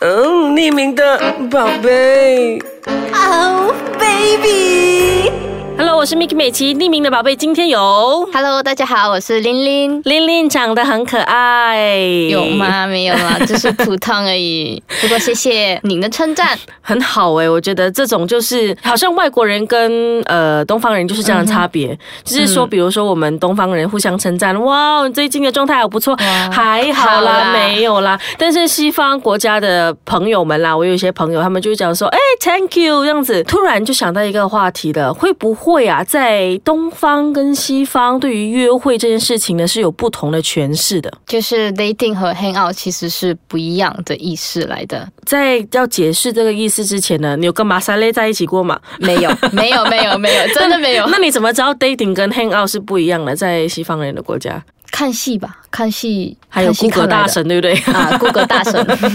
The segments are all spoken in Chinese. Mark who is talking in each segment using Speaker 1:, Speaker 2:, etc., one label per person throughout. Speaker 1: 嗯，匿名的宝贝。
Speaker 2: Oh baby。
Speaker 3: Hello，我是 Miki 美琪，匿名的宝贝，今天有
Speaker 2: Hello，大家好，我是玲玲。
Speaker 3: 玲玲长得很可爱，
Speaker 2: 有？吗？没有 啦，就是普通而已。不过谢谢您的称赞。
Speaker 3: 很好哎、我觉得这种就是好像外国人跟呃东方人就是这样的差别，就是说，比如说我们东方人互相称赞，哇，你最近的状态还不错，还好
Speaker 2: 好啦
Speaker 3: 啦，没有啦。但是西方国家的朋友们啦，我有一些朋友他们就会讲说，哎、t h a n k you 这样子，突然就想到一个话题了，会不会啊，在东方跟西方对于约会这件事情呢是有不同的诠释的？
Speaker 2: 就是 dating 和 hang out 其实是不一样的意识来的。
Speaker 3: 在要解释这个意思之前呢，你有跟马萨勒在一起过吗？
Speaker 2: 没有， 没有，没有，没有，真的没有。
Speaker 3: 那你怎么知道 dating 跟 hang out 是不一样的？在西方人的国家，
Speaker 2: 看戏吧，看戏，
Speaker 3: 还有
Speaker 2: 看戏
Speaker 3: 谷歌
Speaker 2: 看来
Speaker 3: 大
Speaker 2: 的
Speaker 3: 神，对不 对？
Speaker 2: 啊，谷歌大神。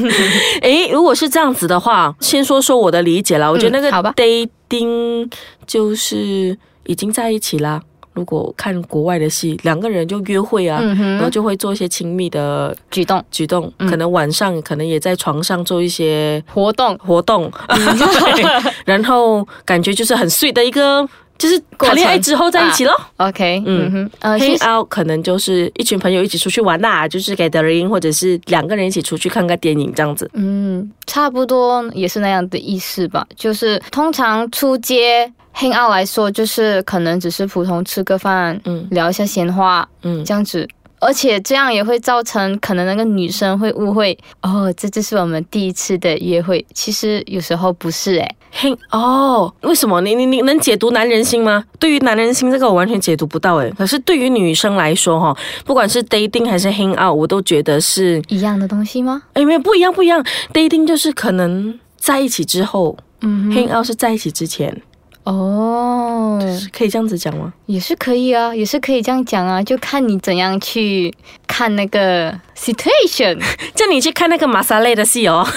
Speaker 3: 诶，如果是这样子的话，先说说我的理解啦。我觉得那
Speaker 2: 嗯好
Speaker 3: 个
Speaker 2: 吧
Speaker 3: dating 就是已经在一起啦。如果看国外的戏，两个人就约会啊，
Speaker 2: 嗯
Speaker 3: 然后
Speaker 2: 哼，
Speaker 3: 就会做一些亲密的
Speaker 2: 举动
Speaker 3: 举动，可能晚上可能也在床上做一些
Speaker 2: 活动
Speaker 3: 活动，
Speaker 2: 嗯
Speaker 3: 对然后感觉就是很 sweet 的一个，就是谈恋爱之后在一起咯。
Speaker 2: ，OK，
Speaker 3: 嗯
Speaker 2: 嗯哼，呃，其
Speaker 3: hang
Speaker 2: 实
Speaker 3: out 可能就是一群朋友一起出去玩啦，就是 gathering 或者是两个人一起出去看个电影这样子。
Speaker 2: 嗯，差不多也是那样的意思吧。就是通常出街 hang out 来说，就是可能只是普通吃个饭，
Speaker 3: 嗯
Speaker 2: 聊一下闲话
Speaker 3: 嗯，
Speaker 2: 这样子。而且这样也会造成可能那个女生会误会哦，这就是我们第一次的约会。其实有时候不是诶、哎
Speaker 3: hang 哦，为什么你你你能解读男人心吗？对于男人心这个我完全解读不到诶，可是对于女生来说哈，不管是 dating 还是 hang out，我都觉得是
Speaker 2: 一样的东西吗？
Speaker 3: 哎没有不一样不一样，dating 就是可能在一起之后、
Speaker 2: 嗯
Speaker 3: h a n g out 是在一起之前，
Speaker 2: 哦，
Speaker 3: 可以这样子讲吗？
Speaker 2: 也是可以啊，也是可以这样讲啊，就看你怎样去看那个 situation。
Speaker 3: 叫你去看那个马萨类的戏 哦，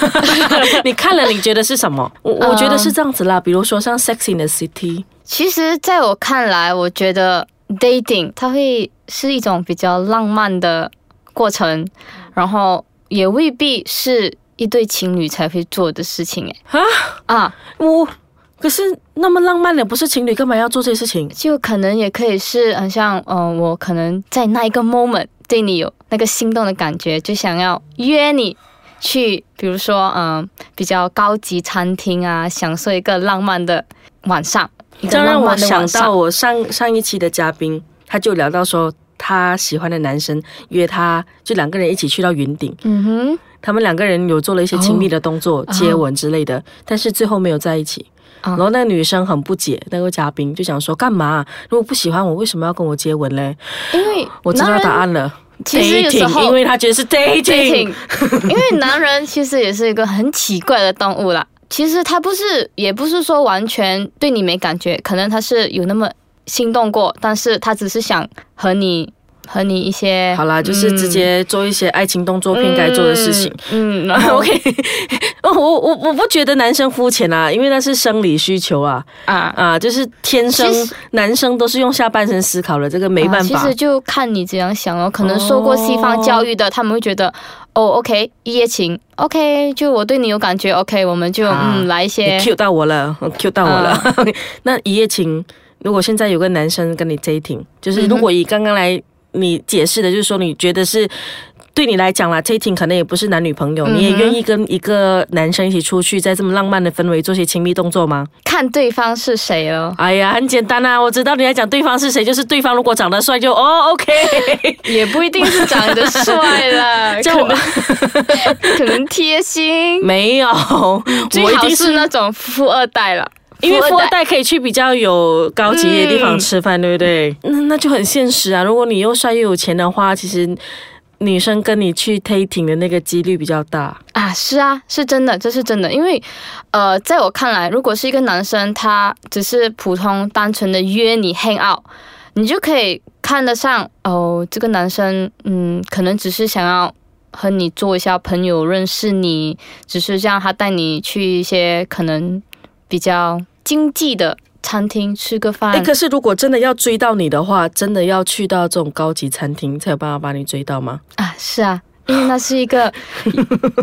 Speaker 3: 你看了你觉得是什么？啊我我觉得是这样子啦，比如说像《Sex in the City》，
Speaker 2: 其实，在我看来，我觉得 dating 它会是一种比较浪漫的过程，然后也未必是一对情侣才会做的事情诶。啊啊，
Speaker 3: 我可是那么浪漫的，不是情侣干嘛要做这些事情？
Speaker 2: 就可能也可以是很像，嗯、我可能在那一个 moment 对你有那个心动的感觉，就想要约你去，比如说，嗯、比较高级餐厅啊，享受一个浪漫的晚上，一
Speaker 3: 这
Speaker 2: 个
Speaker 3: 样让
Speaker 2: 浪
Speaker 3: 我
Speaker 2: 漫的
Speaker 3: 想
Speaker 2: 晚
Speaker 3: 到
Speaker 2: 上。
Speaker 3: 我上上一期的嘉宾，他就聊到说他喜欢的男生约他，就两个人一起去到云顶，
Speaker 2: 嗯哼，
Speaker 3: 他们两个人有做了一些亲密的动作，接吻之类的，但是最后没有在一起。
Speaker 2: 啊
Speaker 3: 然后那个女生很不解，那个嘉宾就讲说：“干嘛？如果不喜欢我，为什么要跟我接吻嘞
Speaker 2: 因为？”
Speaker 3: 我知
Speaker 2: 男
Speaker 3: 道
Speaker 2: 人
Speaker 3: 答案了。
Speaker 2: 其实有时
Speaker 3: dating，
Speaker 2: 候
Speaker 3: 因为他觉得是 dating，,
Speaker 2: dating，因 为男人其实也是一个很奇怪的动物啦。其实他不是，也不是说完全对你没感觉，可能他是有那么心动过，但是他只是想和你和你一些嗯
Speaker 3: 好啦，就是直接做一些爱情动作片该做的事情。。
Speaker 2: 嗯，嗯然后
Speaker 3: OK，我
Speaker 2: 嗯
Speaker 3: 我我不觉得男生肤浅啊，因为那是生理需求啊
Speaker 2: 啊，
Speaker 3: 啊，就是天生
Speaker 2: 其实
Speaker 3: 男生都是用下半身思考的，这个没办
Speaker 2: 啊
Speaker 3: 法。
Speaker 2: 其实就看你怎样想哦。可能受过西方教育的，他们会觉得，哦，OK，一夜情，OK，就我对你有感觉，OK，我们就
Speaker 3: 啊
Speaker 2: 嗯来一
Speaker 3: 你
Speaker 2: 些
Speaker 3: Q 到我了，Q 到我了。
Speaker 2: 啊
Speaker 3: 那一夜情，如果现在有个男生跟你 dating，就
Speaker 2: 嗯
Speaker 3: 是如果以刚刚来你解释的，就是说你觉得是。对你来讲啦，dating 可能也不是男女朋友，
Speaker 2: 嗯哼
Speaker 3: 你也愿意跟一个男生一起出去，在这么浪漫的氛围做些亲密动作吗？
Speaker 2: 看对方是谁哦，
Speaker 3: 哎呀，很简单啊，我知道你在讲对方是谁，就是对方如果长得帅就哦，OK，
Speaker 2: 也不一定是长得帅 啦，
Speaker 3: 这样
Speaker 2: 可
Speaker 3: 我
Speaker 2: 能 可能贴心，
Speaker 3: 没有，我
Speaker 2: 最
Speaker 3: 一
Speaker 2: 好
Speaker 3: 定
Speaker 2: 是那种富二代了，
Speaker 3: 因为富二代可以去比较有高级的地方吃饭，对不对？嗯那那就很现实啊！如果你又帅又有钱的话，其实女生跟你去 dating 的那个几率比较大。
Speaker 2: 啊，是啊，是真的，这是真的，因为，呃，在我看来，如果是一个男生，他只是普通单纯的约你 hang out，你就可以看得上哦，这个男生，嗯，可能只是想要和你做一下朋友，认识你，只是这样，他带你去一些可能比较经济的餐厅吃个饭
Speaker 3: 哎，，可是如果真的要追到你的话，真的要去到这种高级餐厅才有办法把你追到吗？
Speaker 2: 啊，是啊，因为那是一 个，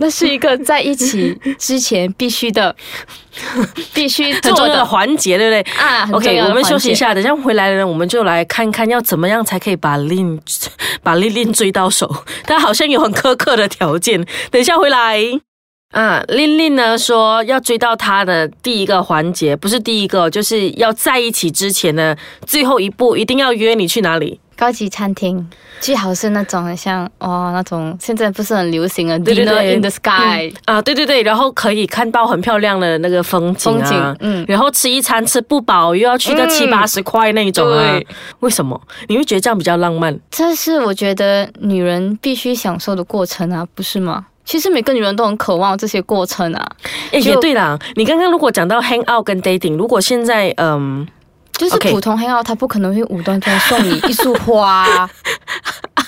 Speaker 2: 那是一个在一起之前必须的，必须
Speaker 3: 很
Speaker 2: 做
Speaker 3: 重要的环节，对不对？
Speaker 2: 啊。很重
Speaker 3: OK，
Speaker 2: 要的
Speaker 3: 我们休
Speaker 2: 环
Speaker 3: 息
Speaker 2: 节
Speaker 3: 一。下，等一下回来了呢，我们就来看看要怎么样才可以把令把令令追到手。 他好像有很苛刻的条件。等一下回来。啊，令令呢说要追到他的第一个环节，不是第一个，就是要在一起之前的最后一步，一定要约你去哪里？
Speaker 2: 高级餐厅最好是那种很像哇那种现在不是很流行的
Speaker 3: 对对嗯
Speaker 2: Dinner
Speaker 3: 对
Speaker 2: in the Sky，
Speaker 3: 啊，对对对，然后可以看到很漂亮的那个风景、啊，
Speaker 2: 风景嗯
Speaker 3: 然后吃一餐吃不饱，又要去到
Speaker 2: 嗯
Speaker 3: 七八十块那一种啊，
Speaker 2: 对
Speaker 3: 为什么？你会觉得这样比较浪漫？
Speaker 2: 这是我觉得女人必须享受的过程啊，不是吗？其实每个女人都很渴望这些过程啊，
Speaker 3: 哎，
Speaker 2: 就
Speaker 3: 也对啦，你刚刚如果讲到 hang out 跟 dating，如果现在嗯，
Speaker 2: 就是
Speaker 3: OK
Speaker 2: 普通黑曜，他不可能会无端端送你一束花、啊，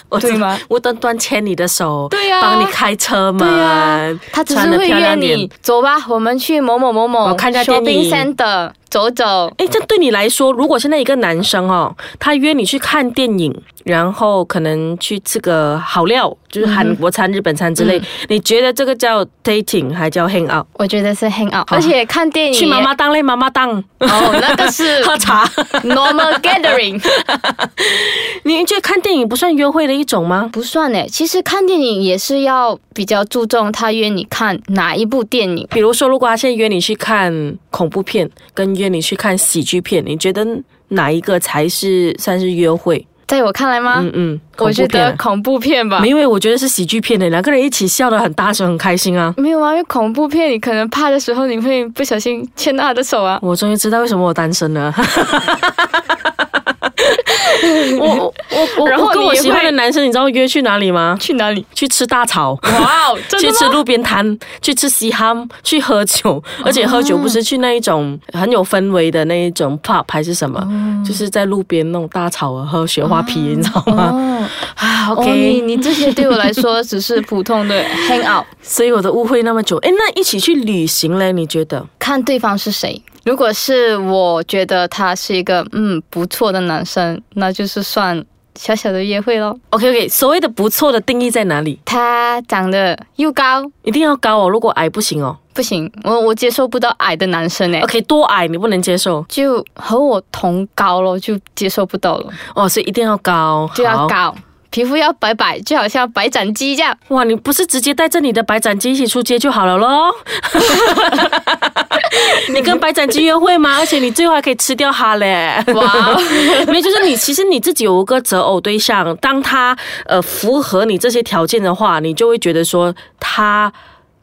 Speaker 3: 我
Speaker 2: 对 吗？
Speaker 3: 无端端牵你的手，
Speaker 2: 对呀
Speaker 3: 帮你开车门，
Speaker 2: 对啊，他只
Speaker 3: 穿
Speaker 2: 是
Speaker 3: 得
Speaker 2: 会
Speaker 3: 漂
Speaker 2: 约
Speaker 3: 亮点
Speaker 2: 你走吧，我们去某某某某
Speaker 3: 哦看家店
Speaker 2: shopping
Speaker 3: 里
Speaker 2: center 走走。
Speaker 3: 哎，这对你来说，如果现在一个男生哦，他约你去看电影，然后可能去吃个好料，就是
Speaker 2: 嗯
Speaker 3: 韩国餐、日本餐之类，你觉得这个叫 dating 还叫 hang out？
Speaker 2: 我觉得是 hang out，而且看电影
Speaker 3: 去妈妈档嘞，妈妈档
Speaker 2: 哦，那个 是
Speaker 3: 喝茶。
Speaker 2: normal gathering，
Speaker 3: 你觉得看电影不算约会的一种吗？
Speaker 2: 不算诶。其实看电影也是要比较注重他约你看哪一部电影。
Speaker 3: 比如说，如果他现在约你去看恐怖片，跟约你去看喜剧片，你觉得哪一个才是算是约会？
Speaker 2: 在我看来吗？
Speaker 3: 嗯嗯，恐
Speaker 2: 啊我
Speaker 3: 怖
Speaker 2: 觉
Speaker 3: 片
Speaker 2: 得
Speaker 3: 啊。
Speaker 2: 恐怖片吧
Speaker 3: 没。有，我觉得是喜剧片的，欸两个人一起笑得很大声，很开心啊！
Speaker 2: 没有啊，因为恐怖片你可能怕的时候，你会不小心牵到他的手啊。
Speaker 3: 我终于知道为什么我单身了。我我 我
Speaker 2: 然后
Speaker 3: 我跟
Speaker 2: 你
Speaker 3: 我
Speaker 2: 也
Speaker 3: 喜欢
Speaker 2: 会
Speaker 3: 的男生，你知道约去哪里吗？
Speaker 2: 去哪里？
Speaker 3: 去吃大草。
Speaker 2: 哇哦， 真
Speaker 3: 去
Speaker 2: 的
Speaker 3: 吃
Speaker 2: 吗？
Speaker 3: 路边摊，去吃西ham，去喝酒，
Speaker 2: 啊
Speaker 3: 而且喝酒不是去那一种很有氛围的那一种 pub 还是什么，就是在路边那种大草啊，喝雪花啤，你知道吗？
Speaker 2: 哦哦，
Speaker 3: 啊
Speaker 2: 哦，你
Speaker 3: ，OK，、
Speaker 2: 你这些对我来说只是普通的 hang out，
Speaker 3: 所以我的误会那么久，哎，那一起去旅行嘞？你觉得？
Speaker 2: 看对方是谁。如果是我觉得他是一个嗯不错的男生，那就是算小小的约会咯。
Speaker 3: OK OK，所谓的不错的定义在哪里？
Speaker 2: 他长得又高，
Speaker 3: 一定要高哦，如果矮不行哦。
Speaker 2: 不行，我我接受不到矮的男生诶、欸
Speaker 3: OK，多矮你不能接受
Speaker 2: 就和我同高咯，就接受不到了，
Speaker 3: 哦，所以一定要高，
Speaker 2: 就
Speaker 3: 好
Speaker 2: 要高，皮肤要白白，就好像白斩鸡这样。
Speaker 3: 哇，你不是直接带着你的白斩鸡一起出街就好 了咯？你跟白斩鸡约会吗？而且你最后还可以吃掉它嘞！
Speaker 2: 哇，哦
Speaker 3: 没有，就是你其实你自己有个择偶对象，当他呃符合你这些条件的话，你就会觉得说他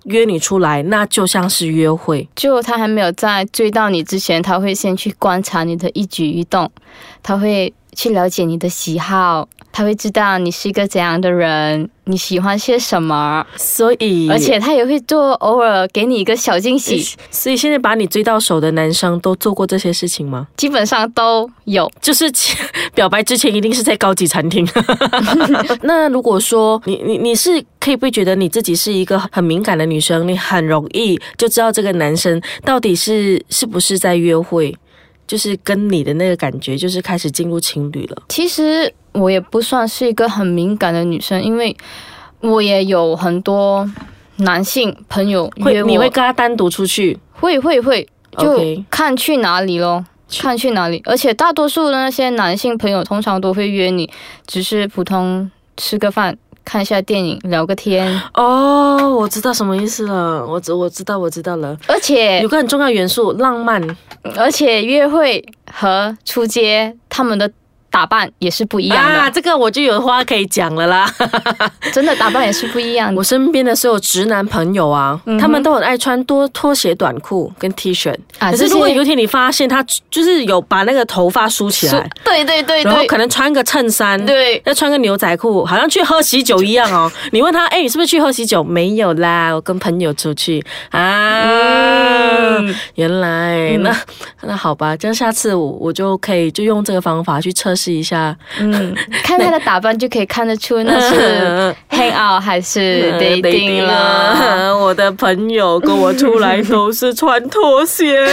Speaker 3: 约你出来，那就像是约会。
Speaker 2: 就他还没有在追到你之前，他会先去观察你的一举一动，他会去了解你的喜好，他会知道你是一个怎样的人，你喜欢些什么，
Speaker 3: 所以，
Speaker 2: 而且他也会做偶尔给你一个小惊喜，
Speaker 3: 所以现在把你追到手的男生都做过这些事情吗？
Speaker 2: 基本上都有。
Speaker 3: 就是其表白之前一定是在高级餐厅。 那如果说你你你是可以不会觉得你自己是一个很敏感的女生，你很容易就知道这个男生到底是是不是在约会，就是跟你的那个感觉就是开始进入情侣了。
Speaker 2: 其实我也不算是一个很敏感的女生，因为我也有很多男性朋友
Speaker 3: 会
Speaker 2: 约我，
Speaker 3: 你会跟他单独出去
Speaker 2: 会会会，就
Speaker 3: OK
Speaker 2: 看去哪里咯。看去哪里。而且大多数的那些男性朋友通常都会约你，只是普通吃个饭、看一下电影、聊个 天。
Speaker 3: 哦，我知道什么意思了，我知我知道我知道了，
Speaker 2: 而且
Speaker 3: 有个很重要元素浪漫，
Speaker 2: 而且约会和出街他们的打扮也是不一样的，
Speaker 3: 啊，这个我就有话可以讲了啦。
Speaker 2: 真的打扮也是不一样的
Speaker 3: 我。身边的所有直男朋友啊，他们都很爱穿多拖鞋、短裤跟 T 恤。
Speaker 2: 嗯啊
Speaker 3: 可
Speaker 2: 这
Speaker 3: 是
Speaker 2: 些
Speaker 3: 如果有一天你发现他就是有把那个头发梳起来，
Speaker 2: 对对哎对
Speaker 3: 然后
Speaker 2: 对
Speaker 3: 可能穿个衬衫，
Speaker 2: 对，
Speaker 3: 要穿个牛仔裤，好像去喝喜酒一 样哦。你问他，哎、你是不是去喝喜酒？没有啦，我跟朋友出去啊。
Speaker 2: 嗯
Speaker 3: 原来、那那好吧，这样下次我我就可以就用这个方法去测试一下。
Speaker 2: 嗯， 看他的打扮就可以看得出那 是 hang out 还是
Speaker 3: 呃
Speaker 2: dating 了。
Speaker 3: 了， 我的朋友跟我出来都是穿拖鞋。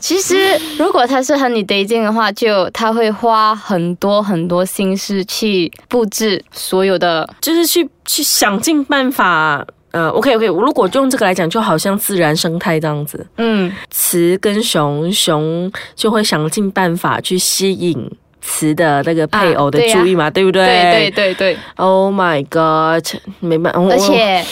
Speaker 2: 其实如果他是和你 dating 的话，就他会花很多很多心思去布置所有的，
Speaker 3: 就是去去想尽办法。呃，OK OK，如果用这个来讲，就好像自然生态这样子，
Speaker 2: 嗯
Speaker 3: 雌跟雄，雄就会想尽办法去吸引雌的那个配偶的
Speaker 2: 啊对呀
Speaker 3: 注意嘛，对不对？
Speaker 2: 对对对对，
Speaker 3: Oh my god，没办法，我
Speaker 2: 而且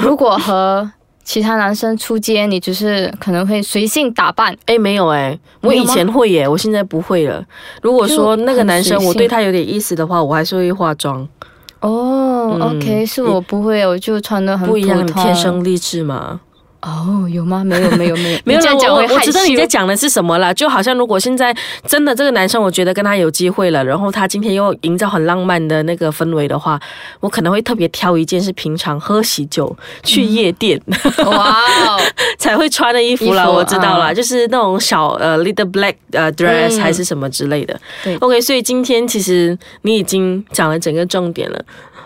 Speaker 2: 如果和其他男生出街，你只是可能会随性打扮，
Speaker 3: 哎、没有哎、我
Speaker 2: 没有
Speaker 3: 以
Speaker 2: 吗
Speaker 3: 前会耶，我现在不会了。如果说
Speaker 2: 就
Speaker 3: 那个
Speaker 2: 很
Speaker 3: 男生
Speaker 2: 随
Speaker 3: 我对
Speaker 2: 性
Speaker 3: 他有点意思的话，我还是会化妆，
Speaker 2: 哦、o k 是我不会，我就穿的很
Speaker 3: 不一样，
Speaker 2: 普通
Speaker 3: 天生丽质嘛。
Speaker 2: 哦有吗？没有没有没有
Speaker 3: 没有
Speaker 2: 你这
Speaker 3: 啦
Speaker 2: 样讲
Speaker 3: 我
Speaker 2: 会
Speaker 3: 我
Speaker 2: 害
Speaker 3: 知道你
Speaker 2: 羞
Speaker 3: 在讲的是什么啦，就好像如果现在真的这个男生，我觉得跟他有机会了，然后他今天又营造很浪漫的那个氛围的话，我可能会特别挑一件是平常喝喜酒去夜店、
Speaker 2: 哇哦，
Speaker 3: 才会穿的衣服啦。
Speaker 2: 衣服
Speaker 3: 我知道啦，
Speaker 2: 嗯
Speaker 3: 就是那种小呃 little black 呃 dress、
Speaker 2: 嗯
Speaker 3: 还是什么之类的。
Speaker 2: 对
Speaker 3: OK，所以今天其实你已经讲了整个重点了。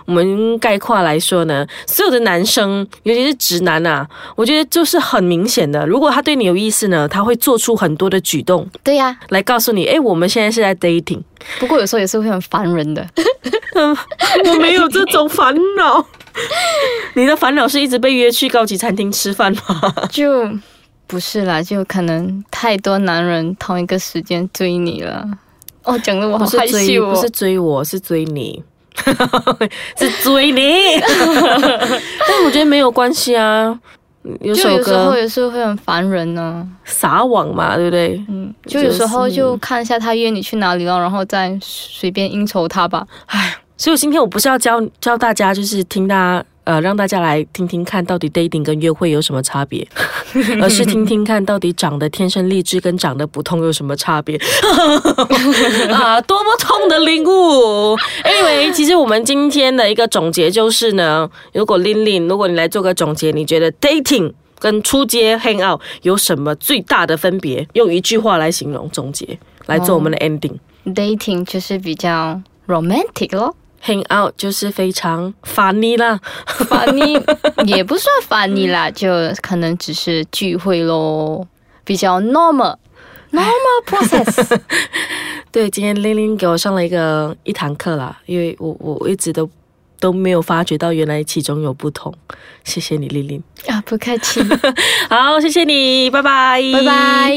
Speaker 3: 我们概括来说呢，所有的男生，尤其是直男啊，我觉得就是很明显的，如果他对你有意思呢，他会做出很多的举动
Speaker 2: 对呀、
Speaker 3: 来告诉你，哎，我们现在是在 dating。
Speaker 2: 不过有时候也是会很烦人的。
Speaker 3: 我没有这种烦恼。 你的烦恼是一直被约去高级餐厅吃饭吗？
Speaker 2: 就不是啦，就可能太多男人同一个时间追你了。哦，讲的我好
Speaker 3: 不是
Speaker 2: 害
Speaker 3: 追，
Speaker 2: 羞哦。
Speaker 3: 不是追我，是追你， 是追你。 但我觉得没有关系啊，有
Speaker 2: 就
Speaker 3: 首
Speaker 2: 有时候
Speaker 3: 歌
Speaker 2: 也是会很烦人呢、
Speaker 3: 撒网嘛，对不对？
Speaker 2: 嗯，就有时候就看一下他约你去哪里了，然后再随便应酬他吧。
Speaker 3: 所以今天我不是要教教大家，就是听大家。呃，让大家来听听看，到底 dating 跟约会有什么差别，而是听听看到底长得天生丽质跟长得普通有什么差别 啊！多么痛的领悟。Anyway，其实我们今天的一个总结就是呢，如果琳琳，如果你来做个总结，你觉得 dating 跟出街 hang out 有什么最大的分别？用一句话来形容总结，来做我们的 ending。
Speaker 2: Dating 就是比较 romantic 咯，
Speaker 3: hang out 就是非常 funny 啦。
Speaker 2: 烦你也不算烦你 啦，就可能只是聚会咯，比较 normal normal process。
Speaker 3: 对，今天玲玲给我上了一个一堂课啦，因为我我我一直都都没有发觉到原来其中有不同，谢谢你，玲玲。
Speaker 2: 啊，不客气，
Speaker 3: 好，谢谢你，拜拜，
Speaker 2: 拜拜。